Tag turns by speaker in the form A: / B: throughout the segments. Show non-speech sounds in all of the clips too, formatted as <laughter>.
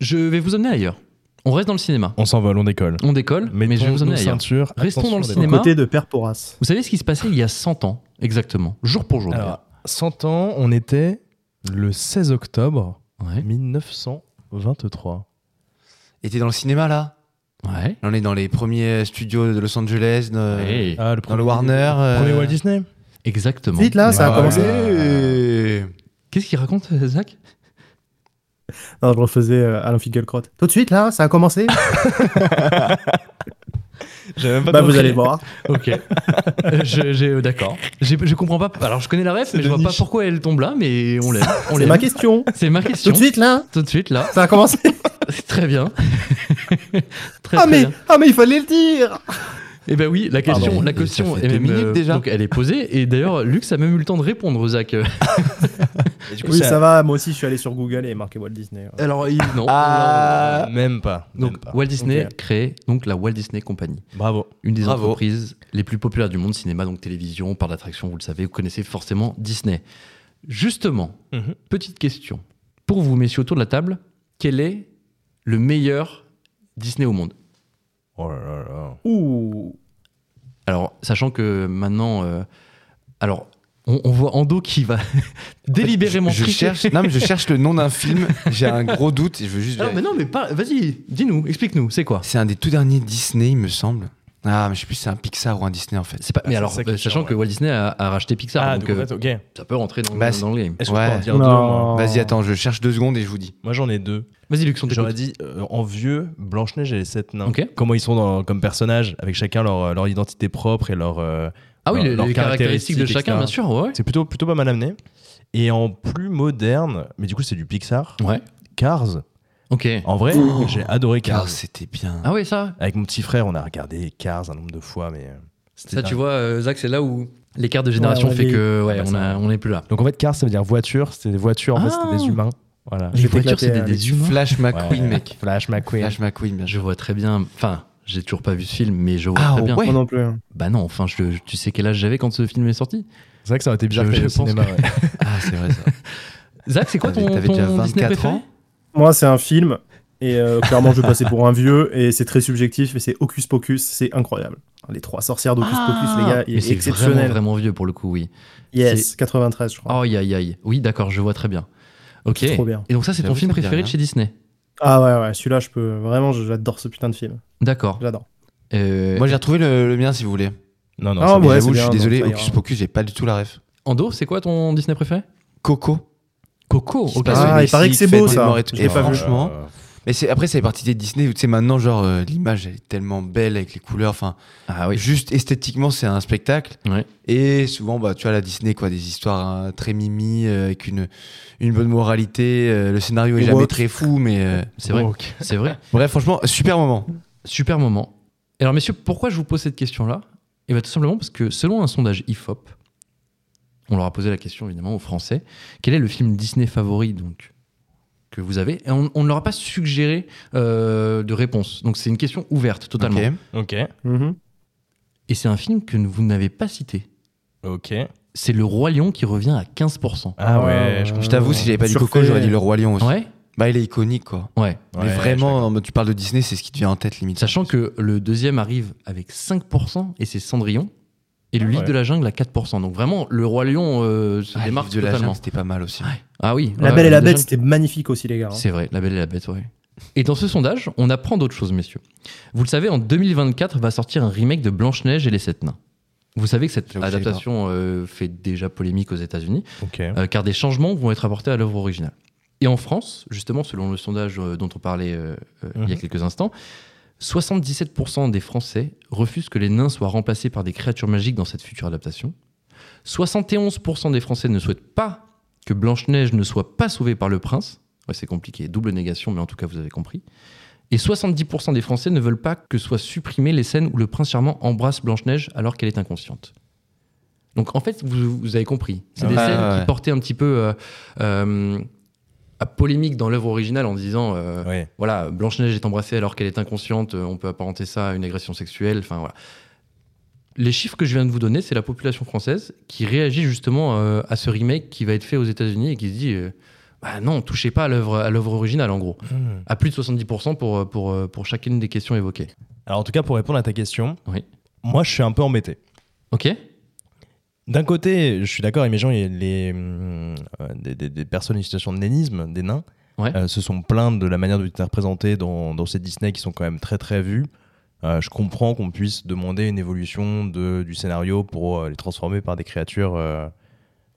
A: Je vais vous emmener ailleurs. On reste dans le cinéma.
B: On s'envole, on décolle.
A: On décolle,
B: Mettons
A: mais je vais vous
B: nos
A: emmener ailleurs.
B: ceintures.
A: Restons
B: attention
A: dans le
B: des-
A: cinéma.
C: Côté de Père Porras.
A: Vous savez ce qui se passait il y a 100 ans, exactement, jour pour jour.
B: Alors, 100 ans, on était le 16 octobre
A: d'ailleurs.
B: 1923.
D: Et t'es dans le cinéma là
A: Ouais. Ouais.
D: On est dans les premiers studios de Los Angeles, de-
A: Ouais.
B: Ah, le
D: dans le Warner. euh,
B: Premier Walt Disney
A: Exactement.
C: Vite là, ça a
D: Ah,
C: commencé.
D: ouais.
A: Qu'est-ce qu'il raconte, euh, Zach
C: Non, je refaisais euh, Alain Finkielkraut. Tout de suite là, ça a commencé.
B: <laughs> J'avais même pas
C: bah vous
B: compris. <laughs>
C: allez voir.
A: Ok. <laughs> Euh, je, j'ai- euh, d'accord. J'ai- Je comprends pas. Alors, je connais la ref, mais je vois pas pourquoi elle tombe là, mais on l'aime. On
C: C'est
A: l'aime.
C: ma question.
A: C'est ma
C: Tout
A: question.
C: de suite là,
A: Tout de suite, là.
C: ça a commencé.
A: C'est <laughs> très bien. <laughs> très,
C: Ah
A: très
C: mais
A: bien.
C: ah mais il fallait le dire.
A: Eh ben oui, la
D: Pardon,
A: question, la
D: ça
A: question
D: fait
A: est
D: deux
A: même, euh,
D: minutes déjà.
A: Donc elle est posée et d'ailleurs Luc a même eu le temps de répondre Zach. <laughs>
B: Et du coup,
C: Oui,
B: ça-
C: ça va. Moi aussi, je suis allé sur Google et marqué Walt Disney.
A: Alors il non. Oh
D: Ah.
B: Même pas. même
A: Donc
B: pas.
A: Walt Disney
C: Ok.
A: crée donc la Walt Disney Company,
B: Bravo.
A: une des
D: Bravo.
A: entreprises les plus populaires du monde cinéma donc télévision, par d'attraction, vous le savez, vous connaissez forcément Disney. Justement,
B: Mhm.
A: petite question pour vous messieurs autour de la table, quel est le meilleur Disney au monde
B: Oh là là
A: Ah,
B: là.
C: Ouh.
A: Alors, sachant que maintenant, euh, alors on, on voit Ando qui va <laughs> délibérément.
D: Je
A: tricher.
D: cherche, non, mais je cherche le nom
C: <laughs>
D: d'un film, j'ai un gros doute et je veux juste.
A: Alors, mais
D: vérifier.
A: non, mais pas- vas-y, dis-nous, explique-nous, c'est quoi
D: C'est un des tout derniers Disney, il me semble. Ah, mais je sais plus si c'est un Pixar ou un Disney en fait.
A: C'est pas.
B: Ah,
A: mais
B: c'est
A: alors,
B: ça qui
A: euh,
B: est
A: sachant
B: chiant,
A: que
B: ouais.
A: Walt Disney a, a racheté Pixar,
B: Ah,
A: donc
B: donc,
A: euh,
B: en fait, ok.
A: ça peut rentrer dans,
D: Bah,
A: dans le game.
B: Est-ce que
D: Ouais.
B: je peux en dire deux moi
C: Non.
D: Vas-y, attends, je cherche deux secondes et je vous dis.
B: Moi, j'en ai deux.
A: Vas-y, Luc, on
B: J'aurais
A: t'écoute.
B: dit euh, en vieux, Blanche-Neige et les sept nains.
A: Ok.
B: Comment ils sont dans- comme personnages, avec chacun leur, euh, leur identité propre et leur. euh,
A: Ah oui,
B: leurs-
A: les,
B: leurs
A: les caractéristiques de
B: caractéristiques,
A: chacun,
B: etc.
A: bien sûr, ouais.
B: C'est plutôt, plutôt pas mal amené. Et en plus moderne, mais du coup, c'est du Pixar.
A: Ouais.
B: Cars.
A: Ok.
B: En vrai, j'ai adoré Cars.
D: Car c'était bien.
A: Ah oui, ça.
B: Avec mon petit frère, on a regardé Cars un nombre de fois, mais. euh, c'était
A: Ça, tu
B: dingue.
A: vois, euh, Zach, c'est là où l'écart de génération
C: Ouais, on
A: fait
C: a
A: que, ouais,
B: Ah, bah,
A: on a-
B: ça.
A: on n'est plus là.
B: Donc en fait, Cars, ça veut dire voiture. C'était des voitures, en fait,
A: Ah.
B: c'était des humains. Voilà.
C: Je
A: Les
C: vais
A: voitures,
C: t'éclater,
A: c'est des,
C: Alex.
A: des humains.
D: Flash McQueen,
B: Ouais.
D: <laughs> mec.
B: Flash McQueen.
D: Flash McQueen, bien sûr.
A: Je vois très bien. Enfin, j'ai toujours pas vu ce film, mais je vois
D: Ah
A: très bien.
D: ouais.
C: Moi non plus. hein.
A: Bah non, enfin, je, je- tu sais quel âge j'avais quand ce film est sorti
B: C'est vrai que ça aurait été bizarre
A: Je-
B: que
A: je
B: le
A: pense
B: cinéma. ouais.
D: Ah, c'est vrai ça.
A: Zach, c'est quoi ton,
D: T'avais- t'avais
A: ton
D: déjà
A: Disney
D: 24
A: préféré
D: ans
C: Moi, c'est un film. Et euh, clairement, je vais passer pour un vieux. Et c'est très subjectif. Et c'est Hocus Pocus. C'est incroyable. Les trois sorcières d'Hocus
A: Ah.
C: Pocus, les gars, il
A: mais
C: est
A: c'est vraiment,
C: exceptionnel.
A: vraiment vieux pour le coup, oui.
C: yes, 93, je crois.
A: Aïe, aïe, aïe. Oui, d'accord, je vois très bien. Ok.
C: C'est trop bien.
A: Et donc, ça, c'est ton
D: J'avoue,
A: film
D: ça me dit
A: préféré
D: rien.
A: de chez Disney
C: Ah ouais, ouais, celui-là, je peux. Vraiment, je- j'adore ce putain de film.
A: D'accord.
C: J'adore.
A: Euh,
D: <laughs> Moi j'ai retrouvé le, le mien si vous voulez.
B: Non, non,
C: Ah,
B: ça-
C: ouais,
D: Mais
C: c'est
D: J'avoue, je
C: bien,
D: suis
C: non,
D: désolé,
C: ça ira.
D: Hocus Pocus, j'ai pas du tout la ref.
A: Ando, c'est quoi ton Disney préféré
D: Coco.
A: Coco.
D: qui se
A: ok.
D: passe au
C: Ah, il
D: Mexique,
C: paraît que c'est beau,
D: fête des
C: ça.
D: morts et tout.
C: J'ai
D: Et
C: pas vu.
D: franchement.
B: euh,
D: Mais c'est- après, ça fait partie des Disney. où, Tu sais, maintenant, genre, euh, l'image, elle est tellement belle avec les couleurs. Enfin,
A: Ah oui.
D: juste esthétiquement, c'est un spectacle.
A: Ouais.
D: Et souvent, bah, tu as la Disney, quoi, des histoires hein, très mimi, euh, avec une, une bonne moralité. euh, le scénario est
C: Woke.
D: jamais très fou, mais euh,
A: C'est vrai.
D: woke.
A: C'est vrai.
D: Bref, franchement, super moment.
A: Super moment. Et Alors, messieurs, pourquoi je vous pose cette question-là Eh bien, tout simplement parce que selon un sondage IFOP, on leur a posé la question évidemment aux Français quel est le film Disney favori donc que vous avez Et on on ne leur a pas suggéré euh, de réponse. Donc, c'est une question ouverte totalement.
D: Ok.
B: euh, Ok.
C: Mhm.
A: Et c'est un film que vous n'avez pas cité.
B: Ok.
A: C'est Le Roi Lion qui revient à 15%.
B: Ah ouais,
C: ouais,
B: je
C: ouais.
D: Je t'avoue, si j'avais pas dit
C: Surfait.
D: Coco, j'aurais dit le Roi Lion aussi.
A: Ouais
D: Bah, il est iconique, quoi.
A: Ouais.
D: mais
B: Ouais,
D: vraiment, en mode, tu parles de Disney, c'est ce qui te vient en tête, limite.
A: Sachant que le deuxième arrive avec 5% et c'est Cendrillon. Et le
B: Ah
A: livre
B: ouais.
A: de la jungle à 4%. Donc vraiment, le Roi Lion euh, se
D: Ah, le
A: démarque
D: livre de la
A: totalement.
D: jungle, c'était pas mal aussi.
A: Ouais. Ah oui.
C: La
A: ouais,
C: Belle et la
A: Livre de
C: Bête,
A: jungle.
C: c'était magnifique aussi, les gars. hein.
A: C'est vrai, la Belle et la Bête, ouais. Et dans ce sondage, on apprend d'autres choses, messieurs. Vous le savez, en 2024 va sortir un remake de Blanche-Neige et les Sept Nains. Vous savez que cette
D: J'avoue, j'avais
A: adaptation euh, fait déjà polémique aux États-Unis.
B: Ok.
A: Euh, car des changements vont être apportés à l'œuvre originale. Et en France, justement, selon le sondage euh, dont on parlait euh, euh, il y a
B: Mhm.
A: quelques instants, 77% des Français refusent que les nains soient remplacés par des créatures magiques dans cette future adaptation. 71% des Français ne souhaitent pas que Blanche-Neige ne soit pas sauvée par le prince. Ouais, c'est compliqué, double négation, mais en tout cas, vous avez compris. Et 70% des Français ne veulent pas que soient supprimées les scènes où le prince charmant embrasse Blanche-Neige alors qu'elle est inconsciente. Donc en fait, vous, vous avez compris. C'est
B: Ah
A: des
B: ouais,
A: scènes
D: ouais.
A: qui portaient un petit peu euh, euh, à polémique dans l'œuvre originale en disant euh,
B: Ouais.
A: voilà, Blanche-Neige est embrassée alors qu'elle est inconsciente, euh, on peut apparenter ça à une agression sexuelle, enfin voilà. Les chiffres que je viens de vous donner, c'est la population française qui réagit justement euh, à ce remake qui va être fait aux États-Unis et qui se dit euh, bah non, touchez pas à l'œuvre à l'œuvre originale en gros.
B: Hmm.
A: À plus de 70% pour, euh, pour, euh, pour chacune des questions évoquées.
B: Alors, en tout cas, pour répondre à ta question,
A: Oui.
B: moi, je suis un peu embêté.
A: Ok
B: D'un côté, je suis d'accord avec mes gens, et les, hum, euh, des, des- des personnes en situation de nanisme, des nains,
A: Ouais.
B: euh, se sont plaintes de la manière dont ils étaient représentés dans, dans ces Disney qui sont quand même très très vus. Euh, je comprends qu'on puisse demander une évolution de- du scénario pour euh, les transformer par des créatures euh,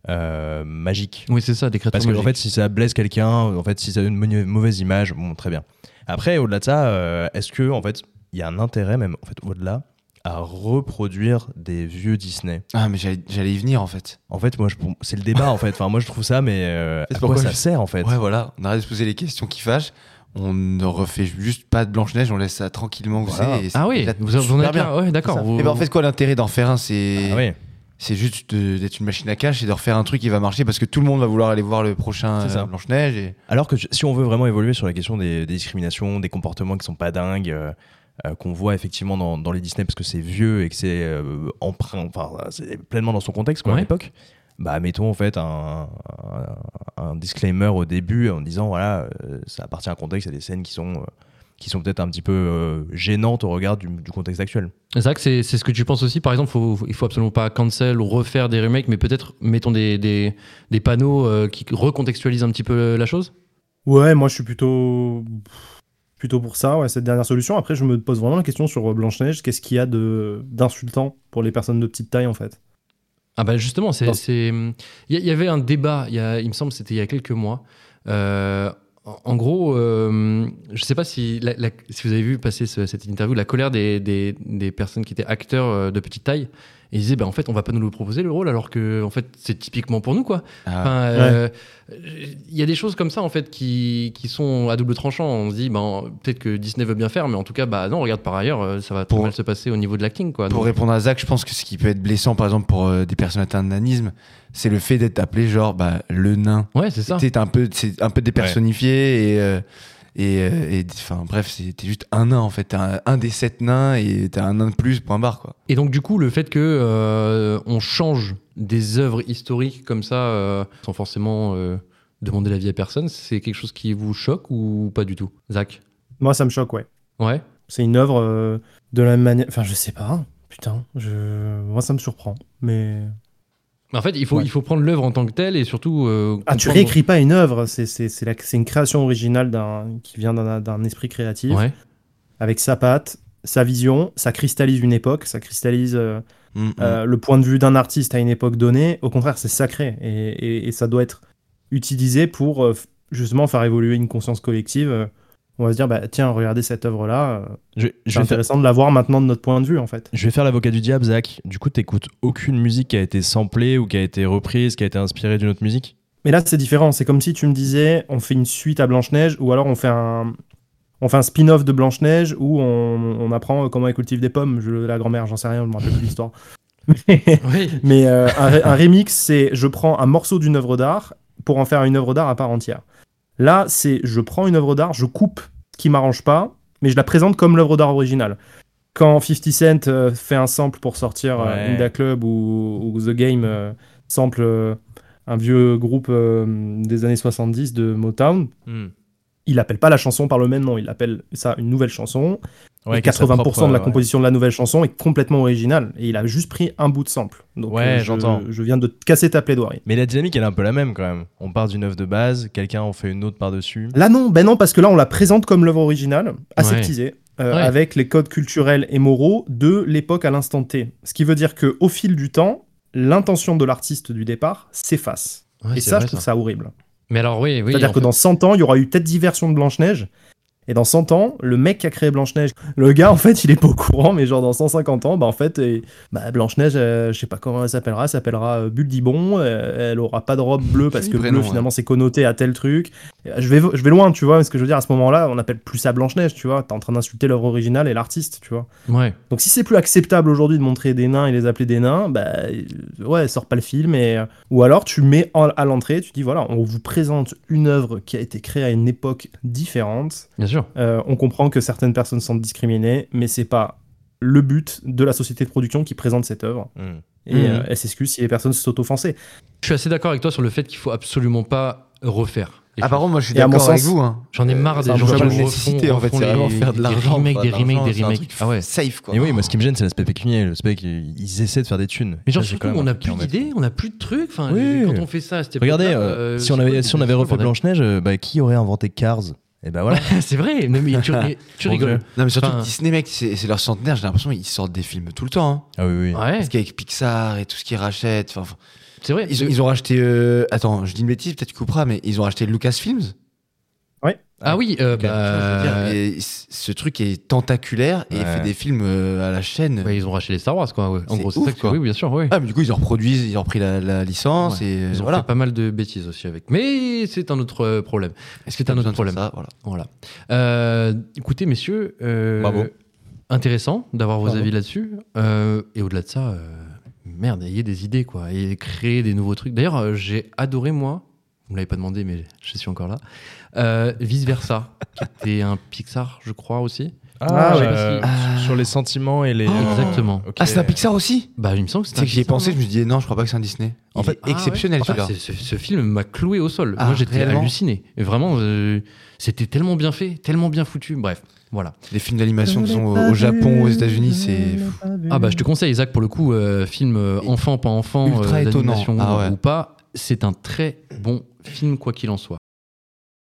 B: euh, magiques.
A: Oui, c'est ça, des créatures
B: Parce que en
A: magiques.
B: fait, si ça blesse quelqu'un, en fait, si ça donne une mauvaise image, bon, très bien. Après, au-delà de ça, euh, est-ce que en fait, il y a un intérêt même, en fait, au-delà, à reproduire des vieux Disney
D: Ah, mais j'allais j'allais y venir en fait.
B: En fait, moi, je- pour- c'est le débat. en fait, enfin, moi, je trouve ça, mais euh,
D: C'est
B: à quoi
D: pourquoi
B: ça
D: je-
B: sert en fait
D: Ouais, voilà, on arrête de se poser les questions qui fâchent. On ne refait juste pas de Blanche-Neige, on laisse ça tranquillement gousser.
B: Voilà.
D: et ça
A: Ah oui,
D: éclate
A: vous en- vous en
D: super
A: avez bien. Ouais, d'accord.
B: C'est ça.
A: vous-
D: Et ben en fait, quoi l'intérêt d'en faire un C'est
B: Ah ouais.
D: c'est juste de- d'être une machine à cash et de refaire un truc qui va marcher parce que tout le monde va vouloir aller voir le prochain
B: C'est ça.
D: euh, Blanche-Neige. Et...
B: Alors que je- si on veut vraiment évoluer sur la question des, des discriminations, des comportements qui sont pas dingues, euh, euh, qu'on voit effectivement dans, dans les Disney parce que c'est vieux et que c'est euh, emprunt, enfin c'est pleinement dans son contexte quoi,
A: Ouais.
B: à l'époque. Bah mettons en fait un, un- un disclaimer au début en disant voilà euh, ça appartient à un contexte, il y a des scènes qui sont euh, qui sont peut-être un petit peu euh, gênantes au regard du, du contexte actuel.
A: C'est vrai que c'est c'est ce que tu penses aussi. Par exemple, faut, faut- il faut absolument pas cancel ou refaire des remakes, mais peut-être mettons des, des, des panneaux euh, qui recontextualisent un petit peu la chose.
C: Ouais, moi je suis plutôt plutôt pour ça, ouais, cette dernière solution. Après, je me pose vraiment la question sur euh, Blanche-Neige, qu'est-ce qu'il y a de d'insultant pour les personnes de petite taille en fait
A: Ah bah justement, c'est
C: Dans-
A: c'est- il y, il y avait un débat. Il, y a- il me semble, c'était il y a quelques mois. Euh, en en gros, euh, je sais pas si, la- la- si vous avez vu passer ce- cette interview, la colère des, des, des personnes qui étaient acteurs euh, de petite taille. Et ils disaient, bah, en fait, on va pas nous le proposer le rôle, alors que en fait, c'est typiquement pour nous, quoi.
D: Ah,
A: Enfin, euh, Il y a des choses comme ça en fait qui, qui sont à double tranchant. On se dit ben, peut-être que Disney veut bien faire, mais en tout cas bah non regarde par ailleurs euh, ça va trop
D: Pour-
A: mal se passer au niveau de l'acting quoi.
D: Pour
A: Donc,
D: répondre à Zach, je pense que ce qui peut être blessant, par exemple, pour euh, des personnes atteintes de nanisme, c'est le fait d'être appelé genre bah, le nain.
A: ouais c'est ça.
D: T'es un peu, c'est un peu dépersonnifié et. euh, et, euh, et, enfin bref, c'est- t'es juste un nain en fait, t'es un, un des sept nains et t'es un nain de plus, point barre quoi.
A: Et donc du coup le fait que euh, on change des œuvres historiques comme ça euh, sans forcément euh, demander l'avis à personne, c'est quelque chose qui vous choque ou pas du tout, Zach
C: Moi, ça me choque, ouais.
A: Ouais.
C: C'est une œuvre euh, de la même manière, enfin, je sais pas. Putain, je moi ça me surprend, mais
A: Mais En fait il faut
C: Ouais.
A: il faut prendre l'œuvre en tant que telle et surtout. euh,
C: Ah, tu
A: comprendre-
C: réécris pas une œuvre, c'est- c'est c'est la- c'est une création originale d'un- qui vient d'un d'un esprit créatif,
A: Ouais.
C: avec sa patte, sa vision, ça cristallise une époque, ça cristallise euh,
D: Mm, mm.
C: euh, le point de vue d'un artiste à une époque donnée. Au contraire, c'est sacré et, et- et ça doit être utilisé pour euh, f- justement faire évoluer une conscience collective. Euh, On va se dire, bah, tiens, regardez cette œuvre-là, euh,
B: Je, je
C: c'est
B: vais, faire,
C: intéressant de la voir maintenant de notre point de vue, en fait.
B: je vais faire l'avocat du diable, Zach. Du coup, t'écoutes aucune musique qui a été samplée ou qui a été reprise, qui a été inspirée d'une autre musique
C: Mais là, c'est différent. C'est comme si tu me disais, on fait une suite à Blanche-Neige, ou alors on fait un, on fait un spin-off de Blanche-Neige où on, on apprend comment elle cultive des pommes. Je, la grand-mère, j'en sais rien, je me rappelle plus l'histoire. <laughs>
A: Oui.
C: Mais euh, un, ré- un remix, c'est je prends un morceau d'une œuvre d'art pour en faire une œuvre d'art à part entière. Là, c'est je prends une œuvre d'art, je coupe ce qui m'arrange pas, mais je la présente comme l'œuvre d'art originale. Quand 50 Cent euh, fait un sample pour sortir euh,
B: Ouais.
C: Inda Club ou, ou The Game euh, sample euh, un vieux groupe euh, des années 70 de Motown, il appelle pas la chanson par le même nom, il appelle ça une nouvelle chanson
B: Ouais,
C: et
B: qui a sa
C: 80%
B: propre,
C: de la
B: ouais.
C: composition de la nouvelle chanson est complètement originale. Et il a juste pris un bout de sample. Donc, euh,
B: Ouais,
C: je-
B: j'entends.
C: Je viens de te casser ta plaidoirie.
B: Mais la dynamique, elle est un peu la même quand même. On part d'une œuvre de base, quelqu'un en fait une autre par-dessus.
C: Là, non, ben non, parce que là, on la présente comme l'œuvre originale, aseptisée, euh,
A: Ouais.
C: avec les codes culturels et moraux de l'époque à l'instant T. Ce qui veut dire que au fil du temps, l'intention de l'artiste du départ s'efface.
A: Ouais,
C: et
A: c'est
C: ça,
A: vrai,
C: je trouve ça horrible.
A: Mais alors oui oui.
C: C'est-à-dire
A: en
C: que
A: fait-
C: dans 100 ans, il y aura eu peut-être 10 versions de Blanche-Neige. Et dans 100 ans, le mec qui a créé Blanche-Neige, le gars, en fait, il est pas au courant, mais genre dans 150 ans, bah en fait, et- bah, Blanche-Neige, euh, je sais pas comment elle s'appellera, elle s'appellera euh, Buldibon, euh, elle aura pas de robe bleue parce
D: Oui,
C: que
D: prénom,
C: bleu,
D: ouais.
C: finalement, c'est connoté à tel truc. Euh, Je vais, je vais loin, tu vois, parce que je veux dire, à ce moment-là, on appelle plus ça Blanche-Neige, tu vois, t'es en train d'insulter l'œuvre originale et l'artiste, tu vois.
A: Ouais.
C: Donc si c'est plus acceptable aujourd'hui de montrer des nains et les appeler des nains, bah euh, ouais, sors pas le film et euh, ou alors tu mets en- à l'entrée, tu dis voilà, on vous présente une œuvre qui a été créée à une époque différente.
A: Bien sûr.
C: Euh, on comprend que certaines personnes sont discriminées, mais c'est pas le but de la société de production qui présente cette œuvre
B: Hmm.
C: et
A: Mhm.
C: euh, elle s'excuse si les personnes se sont offensées.
A: Je suis assez d'accord avec toi sur le fait qu'il faut absolument pas refaire. Et
D: Ah,
A: je-
D: par contre, moi, je suis
C: Et à mon
D: d'accord avec
C: sens-
D: vous. hein.
A: J'en ai marre des
C: ça me
A: gens
C: semble
A: qui
C: une
A: refont-
D: nécessité, en fait,
A: refont
D: c'est
A: les-
D: vraiment faire de
A: des
D: l'argent,
A: remakes,
D: faire
A: des
D: de l'argent,
A: remakes, des
D: c'est un
A: remakes.
D: truc
A: Ah ouais.
D: Safe, quoi.
B: Et oui, moi, ce qui me gêne, c'est l'aspect pécunier. Le spec, ils ils essaient de faire des thunes.
D: Ah,
A: Mais genre,
B: Ça, c'est
A: surtout,
B: quand même
A: on
B: un
A: n'a
B: truc qui
A: plus
B: embête.
A: d'idées, on n'a plus de trucs. Enfin,
B: Oui.
A: Quand on fait ça, c'était
B: Regardez, euh, si, on avait, si on avait refait Blanche-Neige, euh, bah, qui aurait inventé Cars Et bah voilà.
A: <laughs> c'est vrai, mais, mais tu,
D: <laughs>
A: mais tu
B: Mon
A: rigoles.
D: Non, mais surtout,
A: Enfin-
D: Disney, mec, c'est c'est leur centenaire. J'ai l'impression qu'ils sortent des films tout le temps. hein.
B: Ah oui, oui.
A: Ouais,
D: Parce qu'avec Pixar et tout ce qu'ils rachètent. enfin,
A: c'est vrai.
D: Ils, ont- ils ont racheté. euh, Attends, je dis une bêtise, peut-être tu couperas, mais ils ont racheté Lucasfilms.
A: Ah oui, euh,
B: Ok.
A: bah,
D: Et c- ce truc est tentaculaire et
B: Ouais.
D: fait des films euh, à la chaîne.
A: bah, ils ont racheté les Star Wars, quoi. ouais. En
D: C'est
A: gros, c'est
D: ouf,
A: ça que-
D: quoi.
A: Oui, bien sûr, oui.
D: Ah, mais du coup, ils en reproduisent, ils ont repris la, la licence
A: Ouais.
D: et euh,
A: Ils ont
D: voilà.
A: fait pas mal de bêtises aussi avec. Mais c'est un autre euh, problème.
D: Est-ce
A: que t'as un autre problème
D: ça, voilà.
A: Voilà. Euh, écoutez, messieurs. euh,
B: Bravo.
A: Intéressant d'avoir vos
C: Bravo.
A: avis là-dessus. Euh, et au-delà de ça, euh, merde, ayez des idées, quoi. Et créez des nouveaux trucs. D'ailleurs, euh, j'ai adoré, moi, vous ne l'avez pas demandé, mais je suis encore là, euh, Vice
D: <laughs>
A: Versa, qui était un Pixar, je crois aussi.
C: Ah,
A: ouais.
B: euh,
D: Ah.
B: Sur les sentiments et les. euh,
A: Oh, exactement.
B: ok.
D: Ah, c'est un Pixar aussi
A: Bah, il me semble que
D: Tu
A: c'était
D: sais que j'y ai
A: Pixar,
D: pensé,
A: non
D: je me suis dit, non, je crois pas que c'est un Disney. En
A: Il
D: fait,
A: est- ah
D: exceptionnel
A: ouais.
D: celui-là.
A: Ah, c'est- ce, ce film m'a cloué au sol.
D: Ah,
A: Moi, j'étais
D: réellement
A: halluciné. Et Vraiment, euh, c'était tellement bien fait, tellement bien foutu. Bref, voilà.
D: Les films d'animation qui sont au, au Japon, aux États-Unis, c'est.
A: Ah bah, je te conseille, Isaac, pour le coup, euh, film euh,
D: Et-
A: enfant, pas enfant,
D: Ultra
A: euh,
D: étonnant.
A: d'animation
D: Ah ouais.
A: ou pas, c'est un très bon film, quoi qu'il en soit.